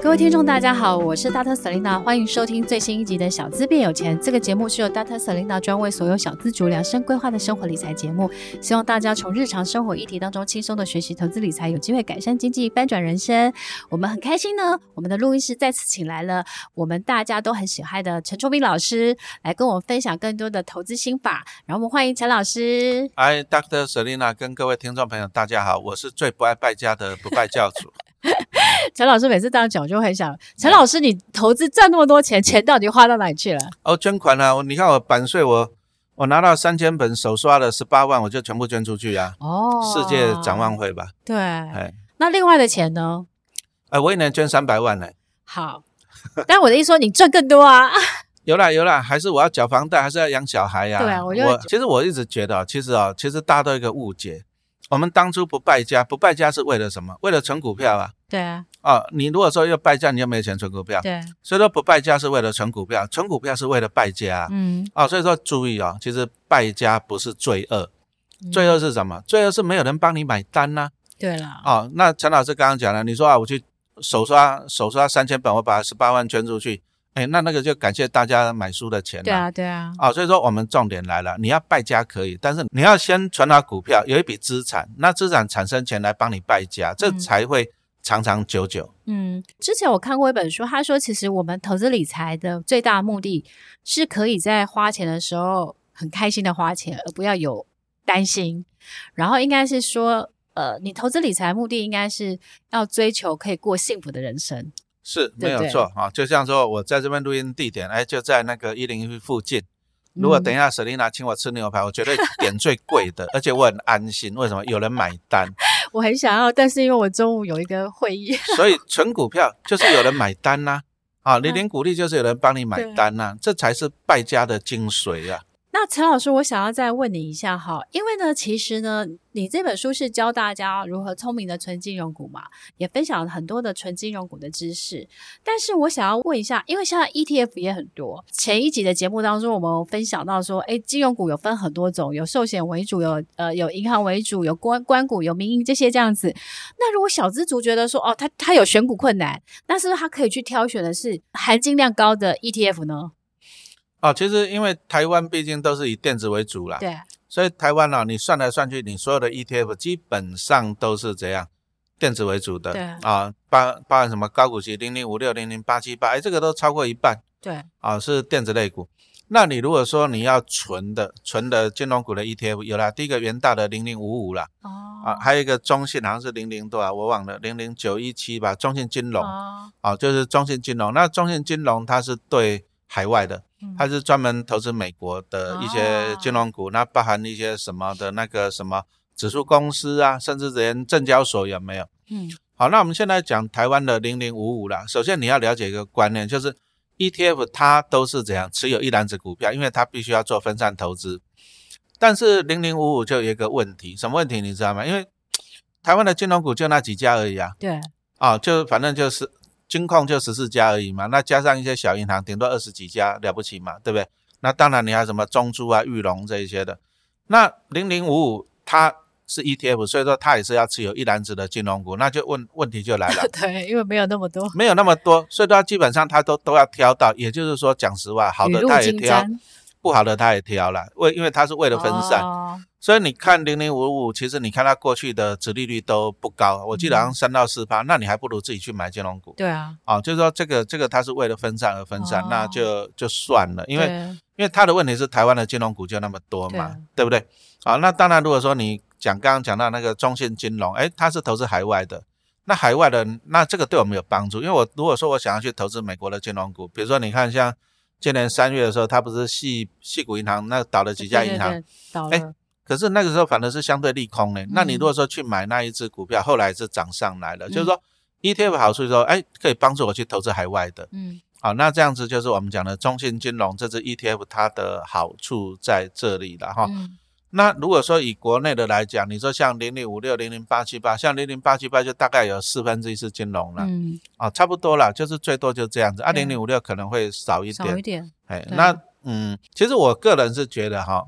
各位听众，大家好，我是 Data Selina，欢迎收听最新一集的《小资变有钱》。这个节目是由 Data Selina 专为所有小资族量身规划的生活理财节目，希望大家从日常生活议题当中轻松的学习投资理财，有机会改善经济，翻转人生。我们很开心呢，我们的录音师再次请来了我们大家都很喜爱的陈崇明老师，来跟我们分享更多的投资心法。然后我们欢迎陈老师。哎，Dr. Selina 跟各位听众朋友，大家好，我是最不爱败家的不败教主。 陈老师每次这样讲，我就很想，陈老师，你投资赚那么多钱，钱到底花到哪里去了？哦，捐款啊，我你看我版税我，我拿到三千本手刷了十八万，我就全部捐出去呀、哦，世界展望会吧，对，哎那另外的钱呢？哎，我一年捐三百万呢、好，但我的意思说你赚更多啊。有啦有啦，还是我要缴房贷，还是要养小孩呀、对啊我我就其实我一直觉得啊，其实啊，其实大家都有一个误解，我们当初不败家，不败家是为了什么？为了存股票啊。对啊，啊，你如果说要败家，你就没钱存股票，对，所以说不败家是为了存股票，存股票是为了败家、啊。嗯，啊、所以说注意哦，其实败家不是罪恶，嗯罪恶是什么？罪恶是没有人帮你买单呐、对了，啊。哦，那陈老师刚刚讲了，你说啊，我去手刷手刷三千本，我把十八万捐出去，哎，那那个就感谢大家买书的钱对了、啊，对啊，啊、所以说我们重点来了，你要败家可以，但是你要先存好股票，有一笔资产，那资产产生钱来帮你败家，这嗯才会长长久久。嗯，之前我看过一本书，他说其实我们投资理财的最大目的是可以在花钱的时候很开心的花钱，而不要有担心。然后应该是说，呃，你投资理财的目的应该是要追求可以过幸福的人生。是对没有对错啊、就像说我在这边录音地点，哎，就在那个一零一附近。如嗯果等一下 Selina 请我吃牛排，我绝对点最贵的，而且我很安心。为什么？有人买单，我很想要，但是因为我中午有一个会议，所以存股票就是有人买单呐、啊。零零股利就是有人帮你买嗯对单呐、这才是败家的精髓啊。那陈老师，我想要再问你一下哈，因为呢，其实呢，你这本书是教大家如何聪明的存金融股嘛，也分享了很多的存金融股的知识。但是我想要问一下，因为现在 ETF 也很多，前一集的节目当中，我们有分享到说，哎，金融股有分很多种，有寿险为主，有呃有银行为主，有关关股，有民营这些这样子。那如果小资族觉得说，哦，他他有选股困难，那是不是他可以去挑选的是含金量高的 ETF 呢？哦，其实因为台湾毕竟都是以电子为主啦，对，所以台湾啊，你算来算去，你所有的 ETF 基本上都是这样，电子为主的对啊，包包含什么高股息零零五六零零八七八，哎，这个都超过一半。对，啊，是电子类股。那你如果说你要存的存的金融股的 ETF 有啦，第一个元大的零零五五啦，哦啊，还有一个中信好像是零零多啊，我忘了零零九一七吧，中信金融哦啊，就是中信金融。那中信金融它是对海外的，嗯它是专门投资美国的一些金融股，那包含一些什么的那个什么指数公司啊，甚至连证交所有没有？嗯好，那我们现在讲台湾的零零五五啦。首先你要了解一个观念，就是 ETF 它都是怎样持有一篮子股票，因为它必须要做分散投资。但是零零五五就有一个问题，什么问题你知道吗？因为台湾的金融股就那几家而已啊，对，，啊，就反正就是金控就十四家而已嘛，那加上一些小银行，顶多二十几家了不起嘛，对不对？那当然你还有什么中珠啊、玉龙这一些的。那零零五五它是 ETF，所以说它也是要持有一篮子的金融股，那就问问题就来了 对，因为没有那么多，没有那么多，所以它基本上它都都要挑到，也就是说讲实话，好雨的露它也均挑，沾不好的它也挑了，为因为它是为了分散。哦所以你看零零五五，其实你看它过去的殖利率都不高，我记得嗯好像三到四趴，那你还不如自己去买金融股。对啊，啊，就是说这个这个它是为了分散而分散，哦那就就算了，因为对因为它的问题是台湾的金融股就那么多嘛，对不对？啊，那当然如果说你讲刚刚讲到那个中信金融，诶，它是投资海外的，那海外的那这个对我们有帮助，因为我如果说我想要去投资美国的金融股，比如说你看像今年三月的时候，它不是系系股银行那倒了几家对对银行，对倒哎了，可是那个时候反而是相对利空呢。那你嗯如果说去买那一只股票，后来是涨上来了，嗯就是说 ETF 好处是说，哎，可以帮助我去投资海外的。嗯好，那这样子就是我们讲的中信金融这只 ETF 它的好处在这里了哈。嗯那如果说以国内的来讲，你说像零零五六、零零八七八，像零零八七八就大概有四分之一是金融了啊、嗯，差不多啦，就是最多就这样子。啊，对零零五六可能会少一少点一，点，哎，对啊那嗯，其实我个人是觉得哈，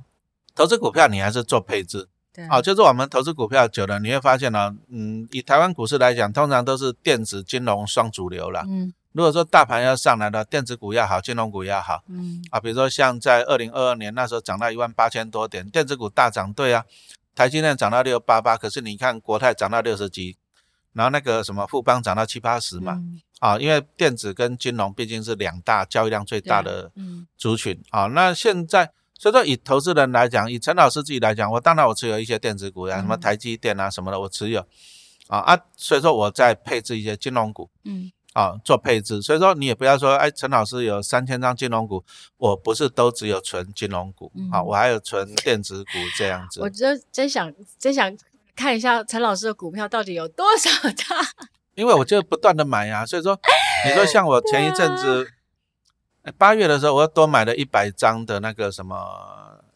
投资股票你还是做配置，对，啊，就是我们投资股票久了，你会发现呢、嗯，以台湾股市来讲，通常都是电子、金融双主流啦。嗯如果说大盘要上来了，电子股要好，金融股要好嗯，啊，比如说像在二零二二年那时候涨到一万八千多点，电子股大涨，对啊，台积电涨到六八八，可是你看国泰涨到六十几，然后那个什么富邦涨到七八十嘛，嗯啊，因为电子跟金融毕竟是两大交易量最大的嗯族群啊。那现在所以说以投资人来讲，以陈老师自己来讲，我当然我持有一些电子股嗯呀、什么台积电啊什么的，我持有啊啊，所以说我在配置一些金融股嗯，啊做配置。所以说你也不要说，哎，陈老师有三千张金融股，我不是都只有存金融股、嗯啊，我还有存电子股这样子我。就真想真想看一下陈老师的股票到底有多少大，因为我就不断的买呀、所以说你说像我前一阵子啊哎八、月的时候，我又多买了一百张的那个什么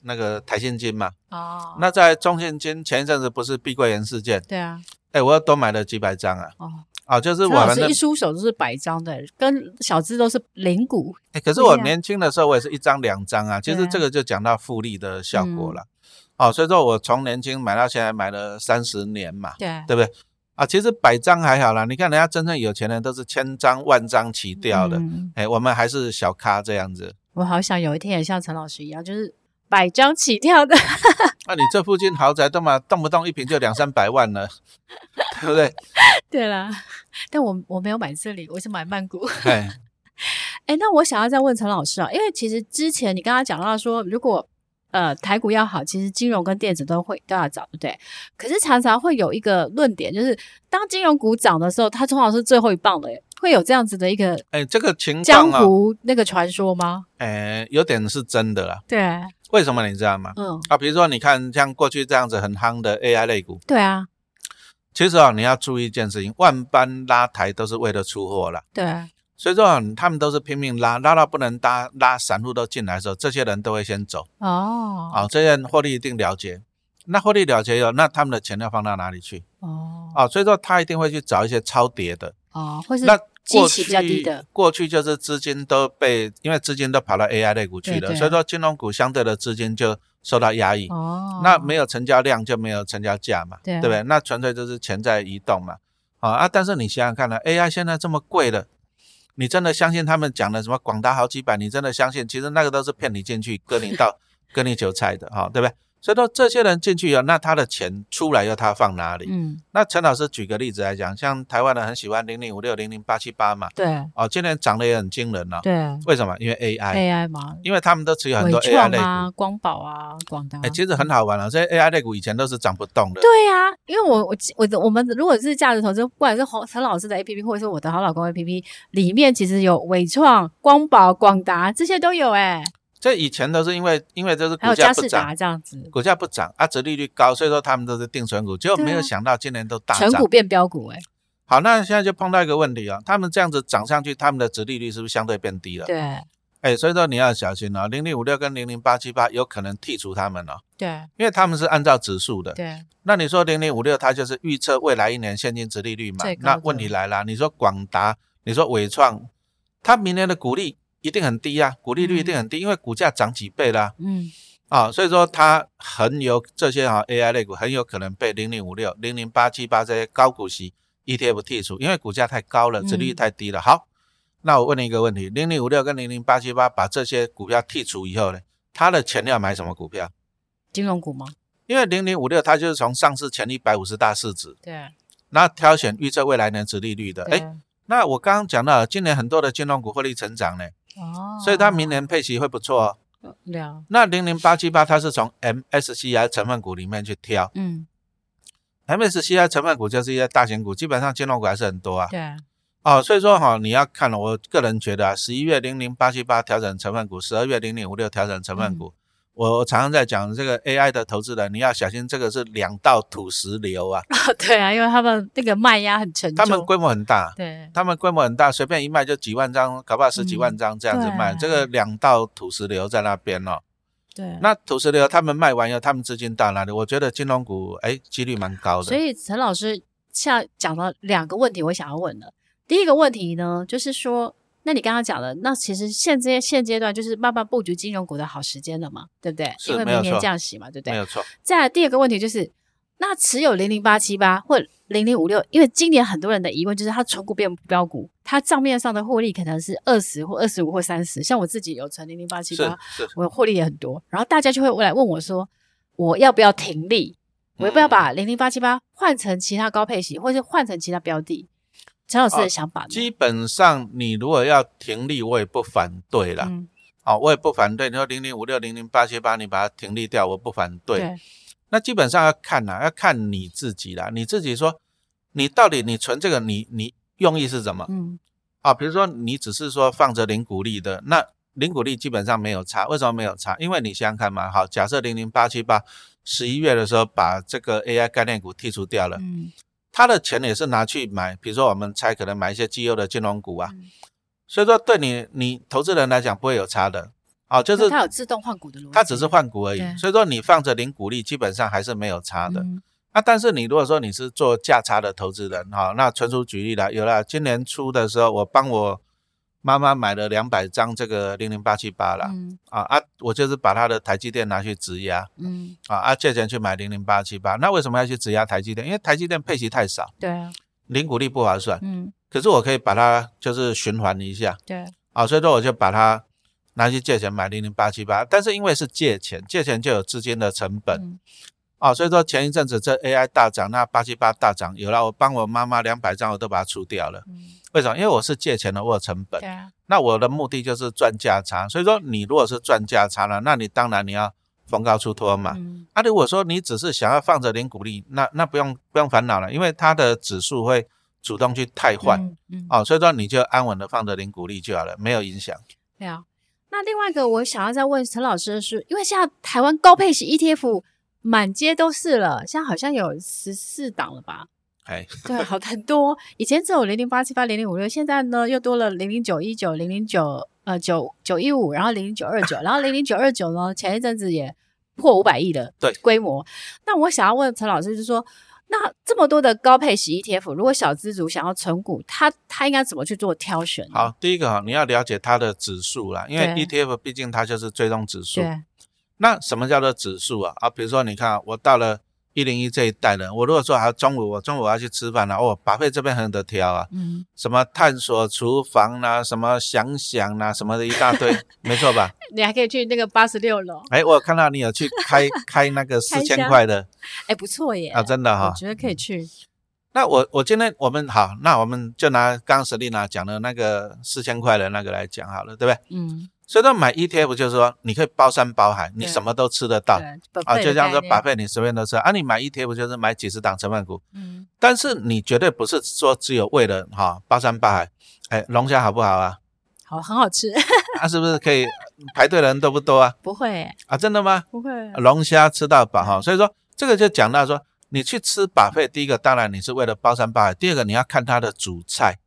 那个台信金嘛， 哦，那在中信金前一阵子不是碧桂园事件，对啊，哎，我又多买了几百张啊，哦，啊，就是陈我老们的师一，出手就是百张的，跟小资都是零股，哎，可是不一我样年轻的时候我也是一张两张啊，其对实啊嗯这个就讲到复利的效果了，哦，所以说我从年轻买到现在买了三十年嘛，对，对不对？啊，其实百张还好啦，你看人家真正有钱人都是千张万张起掉的，嗯哎，我们还是小咖这样子。我好想有一天也像陈老师一样，就是百张起跳的，啊那、你这附近豪宅，动嘛动不动一平就两三百万了，对不对？ 对啦，但我我没有买这里，我是买曼谷。哎，哎，那我想要再问陈老师啊，因为其实之前你刚刚讲到说，如果呃台股要好，其实金融跟电子都会都要涨，对不对？可是常常会有一个论点，就是当金融股涨的时候，它通常是最后一棒的耶，会有这样子的一个哎，这个情江况啊、湖那个传说吗？哎，有点是真的啦。对，为什么你知道吗？嗯，啊，比如说你看像过去这样子很夯的 AI 类股，对啊，其实啊、你要注意一件事情，万般拉抬都是为了出货啦。对，所以说、啊、他们都是拼命拉，拉到不能拉，拉散户都进来的时候，这些人都会先走哦，啊、这些人获利一定了结。那获利了结以后，那他们的钱要放到哪里去哦，啊、所以说他一定会去找一些超跌的。哦，或是那基过期去比较低的，过去就是资金都被，因为资金都跑到 AI 类股去了，对对啊所以说金融股相对的资金就受到压抑。哦，那没有成交量就没有成交价嘛，对啊不对？那纯粹就是钱在移动嘛，啊啊！但是你想想看呢、a i 现在这么贵了，你真的相信他们讲的什么广达好几百？你真的相信？其实那个都是骗你进去，割 你到割你韭菜的，哈、哦对不对？所以说这些人进去以后，那他的钱出来以后，他放哪里？嗯，那陈老师举个例子来讲，像台湾人很喜欢零零五六、零零八七八嘛，对哦，今年涨得也很惊人了、对为什么？因为 AI， ，AI 嘛，因为他们都持有很伟多 AI 创类股，啊、光宝啊、广达，哎，其实很好玩了、这些 AI 类股以前都是涨不动的，对呀、因为我我我的我们如果是价值投资，不管是洪陈老师的 A P P 或者是我的好老公 A P P，里面其实有伟创、光宝、广达这些都有哎、这以前都是因为因为就是还股有价嘉不士涨达，这样子，股价不涨啊，折利率高，所以说他们都是定存股，结果对啊没有想到今年都大纯涨股。变标股哎、好，那现在就碰到一个问题啊、他们这样子涨上去，他们的折利率是不是相对变低了？对哎，所以说你要小心哦，零零五六跟零零八七八有可能剔除他们哦，对因为他们是按照指数的。对，那你说零零五六它就是预测未来一年现金值利率嘛最？高的那问题来了，你说广达，你说伟创，它明年的股利一定很低啊，股利率一定很低，因为股价涨几倍啦、嗯啊，所以说它很有这些啊 AI 类股很有可能被零零五六、零零八七八这些高股息 ETF 剔除，因为股价太高了，嗯殖利率太低了。好，那我问你一个问题：零零五六跟零零八七八把这些股票剔除以后呢，它的钱要买什么股票？金融股吗？因为零零五六它就是从上市前一百五十大市值，对然后挑选预测未来年殖利率的。对哎，那我刚刚讲到，今年很多的金融股获利成长呢，哦，所以它明年配息会不错、哦。对啊，那零零八七八它是从 MSCI 成分股里面去挑。嗯 MSCI 成分股就是一些大型股，基本上金融股还是很多啊。对 哦，所以说哈、你要看了，我个人觉得啊，十一月零零八七八调整成分股，十二月零零五六调整成分嗯股。我我常常在讲这个 AI 的投资人，你要小心，这个是两道土石 流啊，对啊，因为他们那个卖压很沉重，他们规模很大，对他们规模很大，随便一卖就几万张，搞不好十几万张这样子卖，嗯对嗯这个两道土石流在那边哦。对。那土石流他们卖完以后，他们资金到哪里？我觉得金融股哎几率蛮高的。所以陈老师下讲到两个问题，我想要问的。第一个问题呢，就是说那你刚刚讲了，那其实现阶现阶段就是慢慢布局金融股的好时间了嘛，对不对？是因为没明有年错降息嘛，对不对？没有错，再来第二个问题就是，那持有零零八七八或零零五六，因为今年很多人的疑问就是，它存股变标股，它账面上的获利可能是二十或二十五或三十，像我自己有存零零八七是八，是，我获利也很多，然后大家就会来问我说，我要不要停利？我要嗯不要把零零八七八换成其他高配息，或是换成其他标的？陈老师的哦想法呢？基本上你如果要停利，我也不反对啦。嗯，哦，我也不反对。你说零零五六、零零八七八，你把它停利掉，我不反对。对，那基本上要看啊啦、要看你自己啦。你自己说，你到底你存这个，你你用意是什么？嗯，啊，比如说你只是说放着零股利的，那零股利基本上没有差。为什么没有差？因为你想想看嘛，好，假设零零八七八十一月的时候把这个 AI 概念股剔除掉了，嗯，他的钱也是拿去买，比如说我们猜可能买一些绩优的金融股啊嗯。所以说，对你你投资人来讲不会有差的。啊，就那是它有自动换股的逻辑，它只是换股而对已。所以说你放着零股利，基本上还是没有差的。嗯那但是你如果说你是做价差的投资人哈、那纯属举例啦，有啦，今年初的时候，我帮我妈妈买了两百张这个零零八七八啦，嗯啊啊，我就是把她的台积电拿去质押嗯，啊啊，借钱去买零零八七八。那为什么要去质押台积电？因为台积电配息太少，对啊，零股利不划算。嗯可是我可以把它就是循环一下对，啊，所以说我就把它拿去借钱买零零八七八。但是因为是借钱，借钱就有资金的成本。嗯啊，所以说前一阵子这 AI 大涨，那八七八大涨，有了我帮我妈妈两百张，我都把它出掉了。嗯，为什么？因为我是借钱的，我有成本对。啊，那我的目的就是赚价差。所以说，你如果是赚价差了，那你当然你要逢高出脱嘛。嗯那、如果说你只是想要放着零股利，那那不用不用烦恼了，因为它的指数会主动去汰换。嗯嗯，哦，所以说你就安稳的放着零股利就好了，没有影响。对啊。那另外一个我想要再问陈老师的是，因为现在台湾高配型 ETF 满街都是了，现在好像有十四档了吧？哎，对，好很多。以前只有零零八七八、零零五六，现在呢又多了零零九一九、零零九呃九九一五，然后零零九二九，然后零零九二九呢，前一阵子也破五百亿的对规模。那我想要问陈老师，就是说，那这么多的高配型 ETF，如果小资族想要存股，他他应该怎么去做挑选？好，，第一个哈、你要了解它的指数啦，因为对 ETF 毕竟它就是追踪指数。对，那什么叫做指数啊？啊，比如说你看啊，我到了一零一这一代了，我如果说还中午我中午要去吃饭了、哦，巴菲特这边很有得挑啊，嗯，什么探索厨房啦、什么想想啦、什么的一大 堆，没错吧？你还可以去那个八十六楼，哎，我有看到你有去开开那个开四箱千块的哎，不错耶，啊，真的哈、我觉得可以去，那我我今天我们好，那我们就拿刚刚史丽娜讲的那个四千块的那个来讲好了，对不对？嗯，所以说买 ETF 就是说你可以包山包海，你对什么都吃得到对，本啊，费就的像说概念百，费你随便都吃啊，你买 ETF 就是买几十档成分股。嗯，但是你绝对不是说只有为了哈八山八海，哎，龙虾好不好啊？好，很好 吃，啊，是不是可以排队的人多不多啊？不会，啊，真的吗？不会，龙虾吃到饱哈，所以说这个就讲到说，你去吃把费，第一个当然你是为了包山八海，第二个你要看它的主菜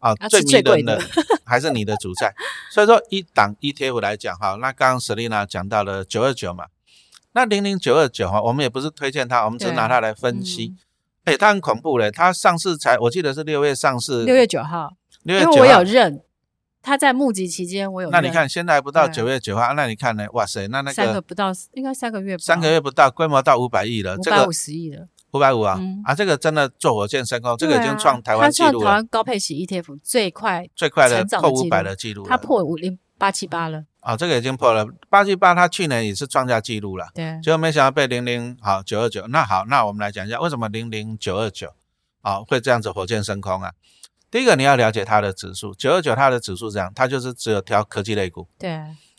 啊，要吃最最迷贵人的还是你的主菜。所以说一档 ETF 来讲哈，那刚刚 Selina 讲到了九二九嘛，那零零九二九哈，我们也不是推荐它，我们只是对嗯拿它来分析。哎、它很恐怖嘞！它上市才，我记得是六月上市，六月九号，六因月为九我有号。认，他在募集期间我有认，那你看，现在还不到对九月九号，啊那你看呢？哇塞，那那三个个不到，应该三个月吧，三个月不到，规模到五百亿了，五这百个五十亿的，五百五啊、嗯啊，这个真的坐火箭升空，这个对已经啊创台湾他纪创录台了，湾高配型 ETF 最快，最快的成长的破纪录五百的记录他了。破五零八七八了，啊、这个已经破了八七八，它去年也是创下纪录了，对，结果没想到被零零好九二九。那好，那我们来讲一下为什么零零九二九啊会这样子火箭升空啊？第一个你要了解它的指数，九二九它的指数是这样，它就是只有挑科技类股。对，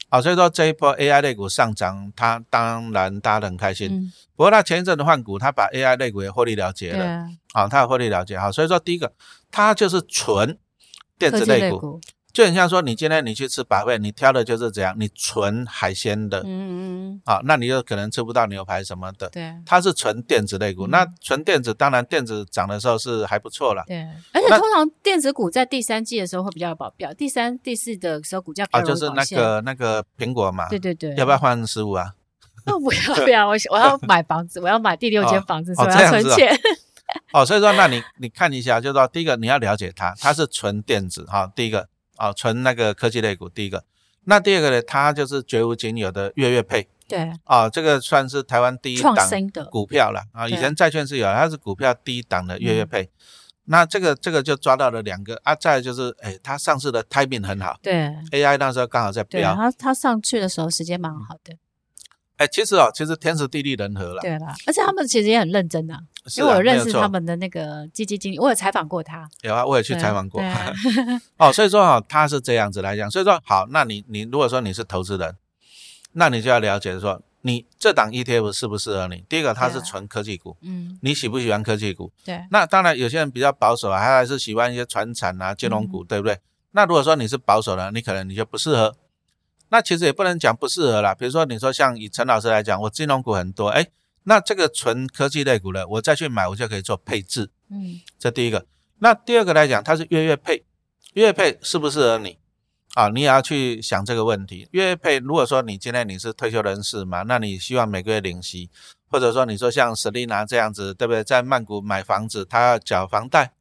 啊，所以说这一波 AI 类股上涨，它当然大家都很开心。嗯，不过它前一阵的换股，它把 AI 类股也获利了结对了，啊，啊，它也获利了结。好，所以说第一个，它就是纯电科子技类类股，股，就很像说你今天你去吃百味，你挑的就是怎样，你纯海鲜的，嗯嗯嗯，啊，那你就可能吃不到牛排什么的。对。它是纯电子类股，嗯那纯电子当然电子涨的时候是还不错了，对，而且那通常电子股在第三季的时候会比较有保表，第三、第四的时候股价比较啊，容易就是保那线，个那个苹果嘛，对对对，要不要换十五啊？哦？不要 不要，我我要买房 子，我要买第六间哦房子，哦所以我这要样存子啊 钱。哦，所以说，那你你看一下，就是说，第一个你要了解它，它是纯电子哈、第一个，啊，纯那个科技类股。第一个，那第二个呢，它就是绝无仅有的月月配对，啊，这个算是台湾第一创档新的，股票了啊，以对嗯前债券是有，它是股票第一档的月月配。那这个这个就抓到了两个啊，再来就是哎，它上市的 timing 很好对，AI 那时候刚好在对，啊飙，它它上去的时候时间蛮好的，哎，其实哦，其实天时地利人和了，对啦，而且他们其实也很认真啊，是因为啊我没认有识错他们的那个基金经理，我有采访过他，有啊，我也去对啊采访过对 啊哦，所以说哈、他是这样子来讲，所以说好，那你你如果说你是投资人，那你就要了解说你这档 E ETF 适不适合你。第一个，它对是啊纯科技股，嗯，你喜不喜欢科技股？对，那当然，有些人比较保守啊，他还是喜欢一些传产啊、金融股，对不对？那如果说你是保守的，你可能你就不适合。那其实也不能讲不适合啦，比如说你说像以陈老师来讲，我金融股很多，哎，那这个纯科技类股的，我再去买，我就可以做配置。嗯，这第一个。那第二个来讲，它是月月配，月配适不适合你啊？你也要去想这个问题。月月配，如果说你今天你是退休人士嘛，那你希望每个月领息，或者说你说像 Selina 这样子，对不对？在曼谷买房子，他要缴房贷，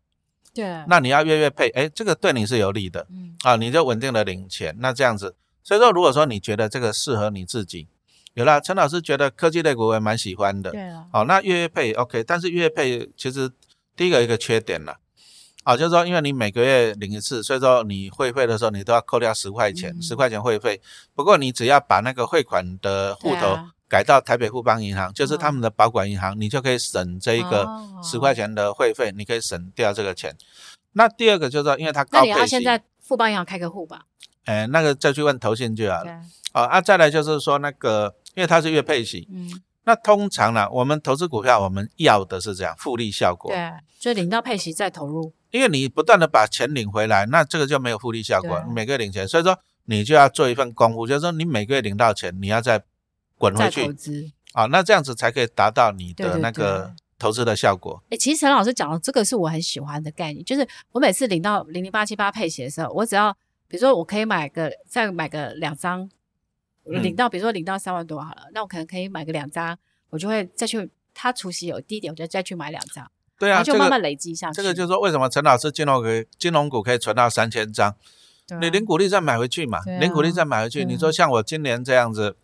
对，啊那你要月月配，哎，这个对你是有利的嗯，啊，你就稳定的领钱。那这样子，所以说如果说你觉得这个适合你自己，有啦，陈老师觉得科技类股我也蛮喜欢的，对啊了，好、那月月配 OK，但是月月配其实第一个有一个缺点了，啊、就是说因为你每个月领一次，所以说你汇费的时候你都要扣掉十块钱，嗯十、块钱汇费。不过你只要把那个汇款的户对头啊改到台北富邦银行，就是嗯他们的保管银行，你就可以省这一个哦十块钱的汇费，你可以省掉这个钱。那第二个就是说，因为它那高你要配先息，在富邦银行开个户吧，哎，那个再去问投信就好对了。，啊啊，再来就是说那个，因为它是月配息，嗯，那通常呢、我们投资股票，我们要的是这样复利效果，对，就领到配息再投入，因为你不断的把钱领回来，那这个就没有复利效对果啊，你每个月领钱，所以说你就要做一份功夫，就是说你每个月领到钱，你要再滚回再投去资。啊、那这样子才可以达到你对的对那个对投资的效果。哎、其实陈老师讲的这个是我很喜欢的概念，就是我每次领到零零八七八配息的时候，我只要比如说我可以买个再买个两张，我嗯领到、比如说领到三万多好了，那我可能可以买个两张，我就会再去它除夕有低点，我就再去买两张，对然啊，后就这慢慢个累积下去。这个就是说为什么陈老师金融股金融股可以存到三千张，对啊你零股利再买回去嘛，对啊零股利再买回去。对啊你说像我今年这样子，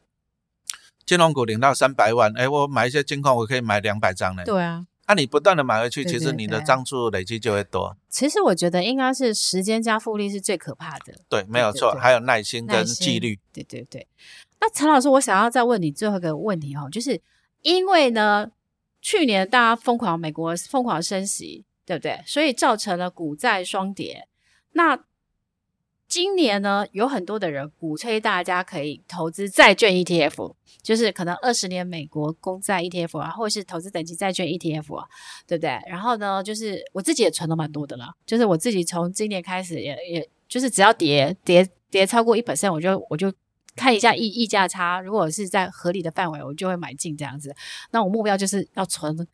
金融股领到三百万，哎，我买一些金控，我可以买两百张呢。对啊，那、你不断的买回去，对其对实你的对张数累积就会多。其实我觉得应该是时间加复利是最可怕的。对，没有对错。对还有耐心耐跟心纪律。对对对。那陈老师，我想要再问你最后一个问题哦，就是因为呢，去年大家疯狂美国疯狂升息，对不对？所以造成了股债双跌。那今年呢，有很多的人鼓吹大家可以投资债券 ETF，就是可能二十年美国公债 ETF 啊，或是投资等级债券 ETF 啊，对不对？然后呢，就是我自己也存了蛮多的啦，就是我自己从今年开始也也就是只要跌跌跌超过一 percent，我就我就看一下溢溢价差，如果是在合理的范围，我就会买进这样子。那我目标就是要存，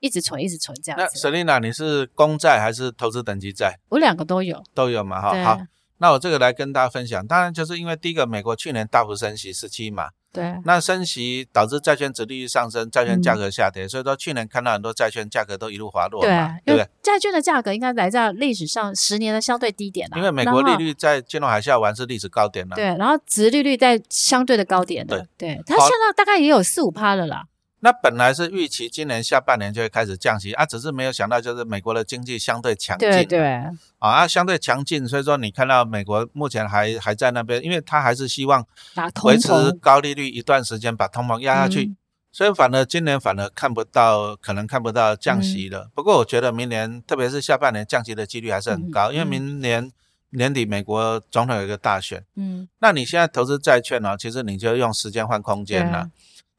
一直存，一直存这那样子。 Selina，你是公债还是投资等级债我两个都有，都有嘛？哈，对好。那我这个来跟大家分享，当然就是因为第一个，美国去年大幅升息十七嘛，对那升息导致债券值利率上升，债券价嗯格下跌，所以说去年看到很多债券价格都一路滑落对啊嘛，因对不为对？债券的价格应该来在历史上十年的相对低点啊，因为美国利然后率在金融海啸完是历史高点了。对，然后值利率在相对的高点的，对，它现在大概也有四五趴了啦，那本来是预期今年下半年就会开始降息啊，只是没有想到就是美国的经济相对强劲，对对啊啊，相对强劲，所以说你看到美国目前还还在那边，因为他还是希望打通维持膨高利率一段时间，把通膨压下去。嗯所以反而今年反而看不到，可能看不到嗯降息了。不过我觉得明年，特别是下半年降息的几率还是很高，嗯因为明年年底美国总统有一个大选。嗯，那你现在投资债券呢、哦其实你就用时间换空对间了。啊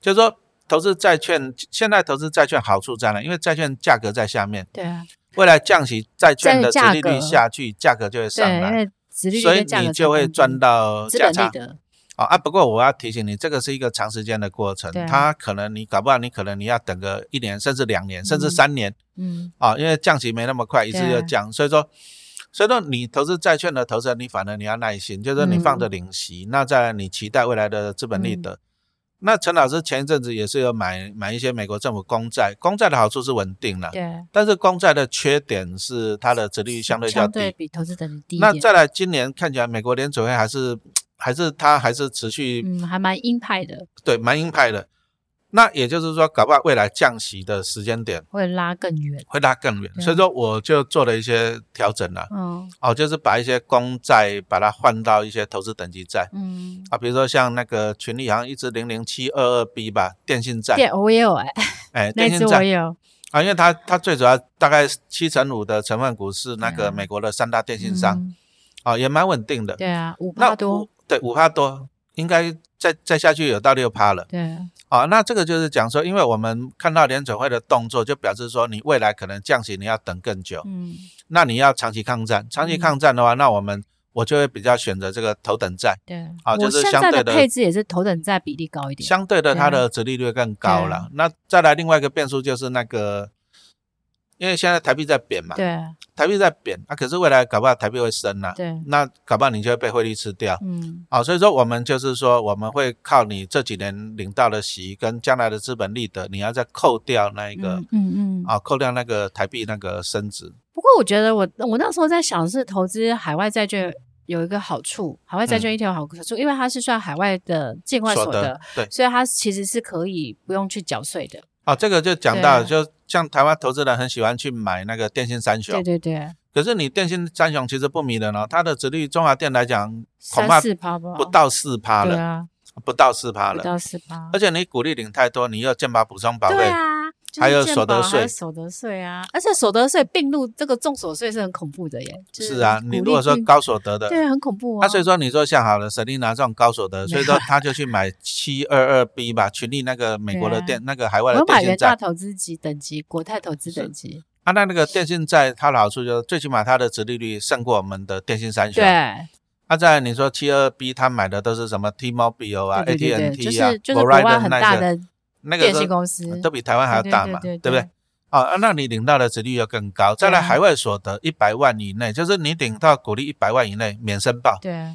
就是说，投资债券现在投资债券好处在哪？因为债券价格在下面，对啊，未来降息，债券的这殖个价利格率下去，价格就会上对，因来，为值利率所以跟价格你就会赚到资价本利差。得，哦啊，不过我要提醒你，这个是一个长时间的过程对，它可能你搞不好你可能你要等个一年，甚至两年，甚嗯至三年嗯，啊、因为降息没那么快，一次对就降，所以说。所以说，你投资债券的投嗯资人，你反而你要耐心，就是说你放着领息，那再来你期待未来的资本利得。那陈老师前一阵子也是有买买一些美国政府公债，公债的好处是稳定了，对，但是公债的缺点是它的殖利率相对较相低。对比投资等级低一那点，再来，今年看起来美国联储会还是还是它还是持续、嗯，还蛮鹰派的，对蛮鹰派的。那也就是说，搞不好未来降息的时间点会拉更远，会拉更远，对啊所以说我就做了一些调整了、嗯哦，就是把一些公债把它换到一些投资等级债嗯。啊，比如说像那个群力好像一支零零七二二 B 吧，电信债，对，我也有哎、哎，那电只信我债也有，啊，因为它它最主要大概七成五的成分股是那对啊个美国的三大电信商嗯，啊，也蛮稳定的。对啊，五那趴多五，对五趴多，应该再再下去有到六趴了。对，啊，那这个就是讲说，因为我们看到联准会的动作，就表示说你未来可能降息，你要等更久，嗯，那你要长期抗战。长期抗战的话，那我们我就会比较选择这个头等债，对。啊就我是现相在对的的配置也是头等债比例高一点，相对的它对的殖利率更高了。那再来另外一个变数就是那个，因为现在台币在贬嘛，对台币在贬，啊，可是未来搞不好台币会升呐、对，那搞不好你就会被汇率吃掉。嗯啊，所以说我们就是说，我们会靠你这几年领到的息跟将来的资本利得，你要再扣掉那一个、嗯嗯嗯。啊，扣掉那个台币那个升值，不过我觉得我我那时候在想是投资海外债券有一个好处，海外债券一定有好处，因为它是算海外的境外所嗯所得得，对所以它其实是可以不用去缴税的。啊，这个就讲到，对就像台湾投资人很喜欢去买那个电信三雄对，对对，可是你电信三雄其实不迷人哦，它的殖率中华电来讲恐三怕四趴吧，不到四趴对了，啊，不到四趴不了，到四趴而。且你股利领太多，你又健保补充保对费，啊，就是还有健所得保还有税所得税啊，而且所得税并入这个重所税是很恐怖的耶。就是啊，你鼓如励果说并高所得的，对，很恐怖啊。那所以说，你说像好了，舍利拿这种高手的，所以说他就 去买七二二 B 吧，群力那个美国的对啊电、那个海外我的有买电信元大债。投资级等级、国泰投资等级，啊，那那个电信债它的好处就是，最起码它的殖利率胜过我们的电信三雄。对，。啊，再来你说七二 B 他买的都是什么 T-Mobile 啊、对对对对， AT&T 就啊、是就是国 Verizon 外很大那些的那个电都啊呃信公司，都比台湾还要大嘛，对不对？？啊，啊那你领到的殖利率又更高。再对来啊海外所得一百万以内，就是你领到股利一百万以内免申报。对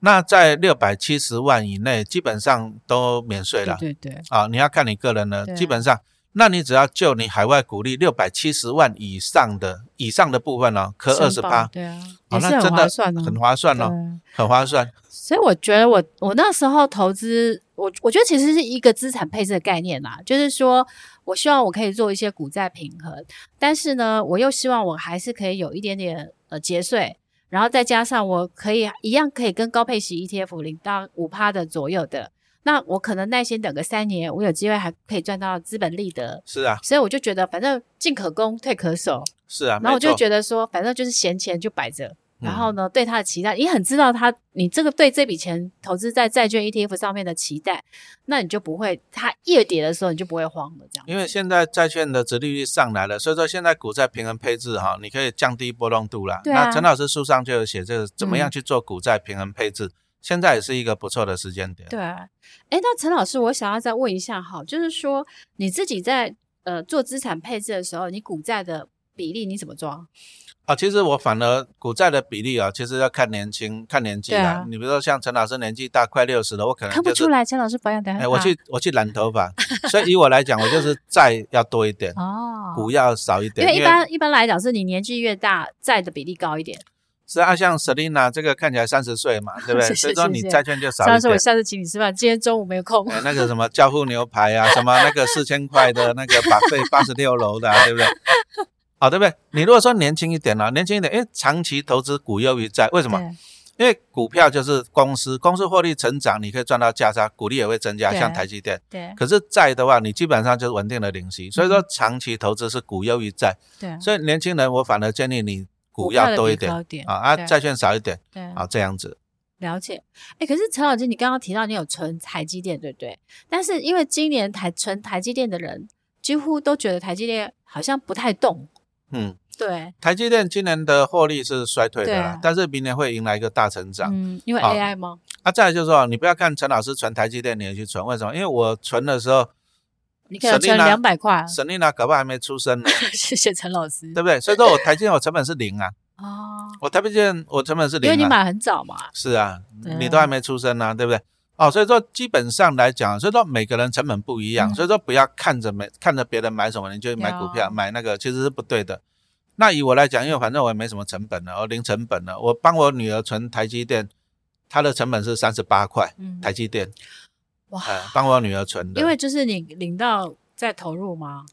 那在六百七十万以内，基本上都免税对了对对，啊。你要看你个人呢对，啊基本上，那你只要就你海外股利六百七十万以上的以上的部分哦，可二十申报八，对啊，哦也是那很真划的算哦，很划算哦，对很划算。所以我觉得我我那时候投资，我我觉得其实是一个资产配置的概念啦，就是说我希望我可以做一些股债平衡，但是呢，我又希望我还是可以有一点点呃节税，然后再加上我可以一样可以跟高配息 ETF 领到五趴的左右的，那我可能耐心等个三年，我有机会还可以赚到资本利得。是啊，所以我就觉得，反正进可攻，退可守。是啊，然后我没错就觉得说，反正就是闲钱就摆着，然后嗯呢，对他的期待，你很知道他，你这个对这笔钱投资在债券 ETF 上面的期待，那你就不会，它夜跌的时候你就不会慌了，这样。因为现在债券的殖利率上来了，所以说现在股债平衡配置哈，你可以降低波动度啦。对啊那陈老师书上就有写这个怎么嗯样去做股债平衡配置，现在也是一个不错的时间点。对，哎，那陈老师，我想要再问一下哈，就是说你自己在呃做资产配置的时候，你股债的比例你怎么抓？啊，其实我反而股债的比例啊，其实要看年轻、看年纪对啦。啊你比如说像陈老师年纪大，快六十了，我可能看不就是出来，啊陈老师保养的很哎，好。我去我去染头发， 所以以我来讲，我就是债要多一点，哦，股要少一因点。为一般一般来讲是你年纪越大，债的比例高一点。是啊，像 Selina 这个看起来三十 岁嘛，对不是对？是所以说是你是债券就陈少老一师，我点。下次请你吃饭，今天中午没有空。哎，那个什么教父牛排 啊，什么那个四千块的那个把费八十六楼的、啊，对 不对？好、对不对？你如果说年轻一点啊，年轻一点，因为长期投资股优于债，为什么？对因为股票就是公司，公司获利成长，你可以赚到价差，股利也会增加，对像台积电。对可是债的话，你基本上就是稳定的领嗯息，所以说长期投资是股优于债。对啊，所以年轻人，我反而建议你股票要的多比一点高一点啊啊，嗯对债券少一点对啊，啊，这样子。了解，哎，可是陈老师，你刚刚提到你有存台积电，对不对？但是因为今年台存台积电的人几乎都觉得台积电好像不太动，嗯，对，台积电今年的获利是衰退的对啦，啊但是明年会迎来一个大成长。嗯，因为好 AI 吗？啊，再来就是说，你不要看陈老师存台积电，你也去存，为什么？因为我存的时候，你可能存省力啦两百块，啊沈丽娜搞不好还没出生呢，谢谢陈老师啊对不对？所以说我台积电我成本是零啊，哦，我台积电我成本是因为零你啊。买很早嘛，是啊对啊，你都还没出生呢、啊，对不对？哦，所以说基本上来讲，所以说每个人成本不一样，嗯所以说不要看着每看着别人买什么，你就去买股了票买那个，其实是不对的。那以我来讲，因为反正我也没什么成本了，我哦零成本了。我帮我女儿存台积电，她的成本是三十八块嗯，台积电，哇，呃，帮我女儿存嗯的。因为就是你领到再投入嘛，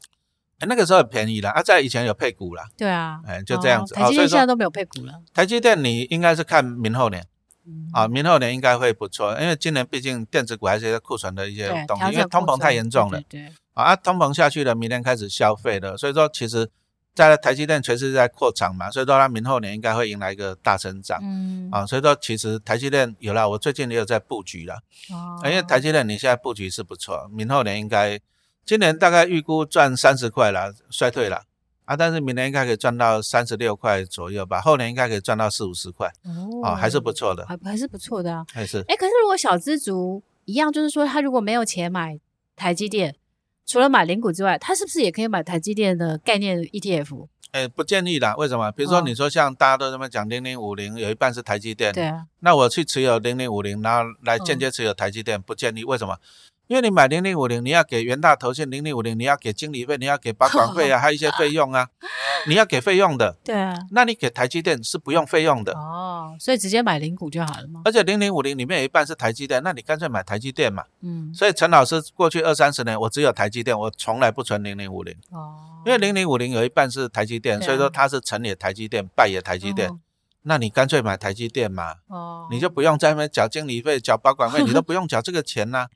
哎那个时候很便宜了，啊，在以前有配股啦，对啊，哎，就这样子。哦台积所以电现在说都没有配股了，台积电你应该是看明后年嗯啊，明后年应该会不错，因为今年毕竟电子股还是有库存的一些对，东调西，因为整通库膨存嗯太严重了对。对对啊，通膨下去了，明年开始消费了，所以说其实在台积电全是在扩厂嘛，所以说它明后年应该会迎来一个大成长。嗯，啊，所以说其实台积电有了，我最近也有在布局了，哦因为台积电你现在布局是不错，明后年应该，今年大概预估赚三十块了，衰退了啊，但是明年应该可以赚到三十六块左右吧，后年应该可以赚到四五十块啊，哦还是不，错的，还还是不错的啊。还是哎，可是如果小资族一样，就是说他如果没有钱买台积电，除了买零股之外，他是不是也可以买台积电的 E 概念 ETF？哎不建议啦，为什么？比如说哦你说像大家都这么讲零零五零，有一半是台积电，对啊，那我去持有零零五零，然后来嗯间接持有台积电，不建议。为什么？因为你买零零五零，你要给元大投信零零五零，你要给经理费，你要给保管 费啊，还有一些费用啊，你要给费用的。对啊，那你给台积电是不用费用的，哦，所以直接买零股就好了嘛。而且零零五零里面有一半是台积电，那你干脆买台积电嘛。嗯，所以陈老师过去二三十年，我只有台积电，我从来不存零零五零，哦，因为零零五零有一半是台积电，对啊所以说它是成也台积电，败也台积电。那你干脆买台积电嘛，哦，你就不用在那边缴经理费、缴保管费，你都不用缴这个钱 呐、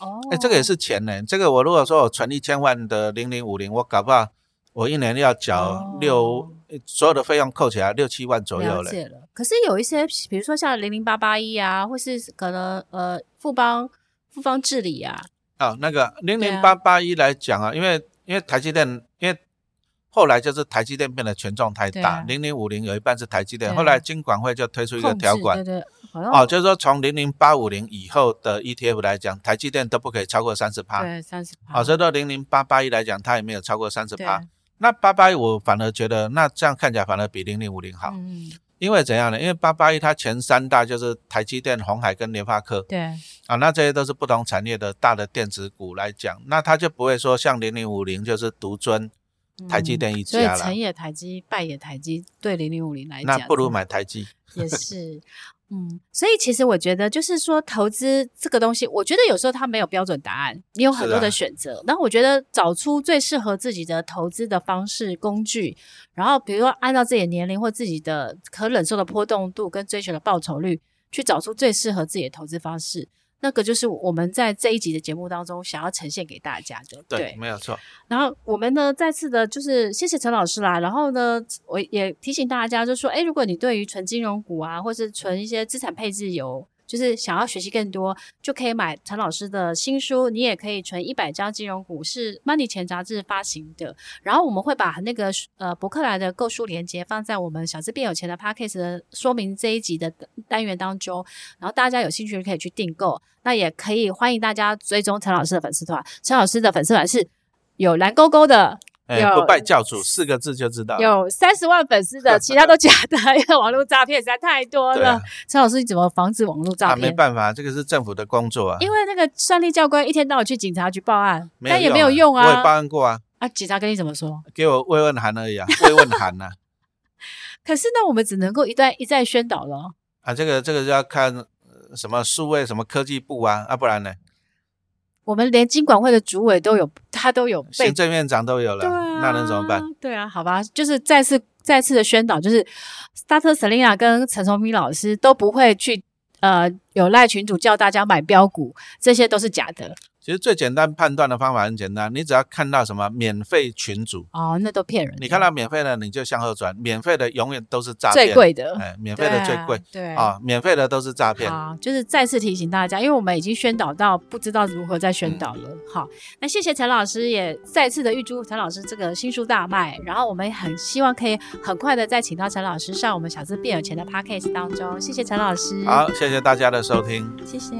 哦，哎、这个也是钱呢、这个我如果说我存一千万的零零五零，我搞不好我一年要缴哦六、呃所有的费用扣起来六七万左右了嘞。解了。可是有一些，比如说像零零八八一啊，或是可能呃富邦富邦治理啊，啊、那个零对零啊八八一来讲啊，因为因为台积电，因为后来就是台积电变得权重太对大啊，零零五零有一半是台积电，对啊后来金管会就推出一个控制条款。对对，好像哦，就是说从零零八五零以后的 ETF 来讲，台积电都不可以超过三十趴。对三十好，所以说零零八八一来讲，它也没有超过三十嗯对嗯趴。那八八一我反而觉得，那这样看起来反而比零零五零好，嗯，因为怎样呢？因为八八一它前三大就是台积电、红海跟联发科对，啊，那这些都是不同产业的大的电子股来讲，那它就不会说像零零五零就是独尊台积嗯。电一所以家了，成也台积，败也台积，对零零五零来那讲，不如买台积。也是，嗯，所以其实我觉得，就是说投资这个东西，我觉得有时候它没有标准答案，你有很是多的啊选择。然后我觉得找出最适合自己的投资的方式、工具，然后比如说按照自己的年龄或自己的可忍受的波动度跟追求的报酬率，去找出最适合自己的投资方式。那个就是我们在这一集的节目当中想要呈现给大家的，对，没有错。然后我们呢，再次的就是谢谢陈老师啦。然后呢，我也提醒大家，就是说，哎，如果你对于纯金融股啊，或是纯一些资产配置有，就是想要学习更多，就可以买陈老师的新书。你也可以存一百张金融股，是《Money 钱》杂志发行的。然后我们会把那个呃博客来的购书链接放在我们小资变有钱的 Podcast 的说明这一集的单元当中。然后大家有兴趣可以去订购，那也可以欢迎大家追踪陈老师的粉丝团。陈老师的粉丝团是有蓝勾勾的，哎，有不拜教主四个字就知道。有三十万粉丝的，其他都假的， 因为网络诈骗实在太多对了啊。，陈、老师，你怎么防止网络诈啊，没骗？办法，这个是政府的工作啊，因为那个算力教官一天到晚去警察局报案，没有但也没有用我也报啊。案过啊，啊，警察跟你怎么说？给我慰问函而已啊，慰问函呐。可是呢，我们只能够一再一再宣导了。哦啊，这个这个就要看呃什么数位什么科技部啊，啊，不然呢，我们连经管会的主委都有，他都有被行政院长都有了，对啊，那能怎么办？？对啊，好吧，就是再次再次的宣导，就是 Starter Selina 跟陈崇明老师都不会去呃有赖群主叫大家买标股，这些都是假的其实最简单判断的方法很简单，你只要看到什么免费群主，哦，那都骗人的。你看到免费的你就向后转，免费的永远都是诈骗，最，贵的，哎，免免费的最贵，对啊，免费的都是诈骗。好，就是再次提醒大家，因为我们已经宣导到不知道如何再嗯宣导了。好，那谢谢陈老师，也再次的预祝陈老师这个新书大卖。然后我们也很希望可以很快的再请到陈老师上我们小资变有钱的 podcast 当中。谢谢陈老师，好，谢谢大家的收听。谢谢。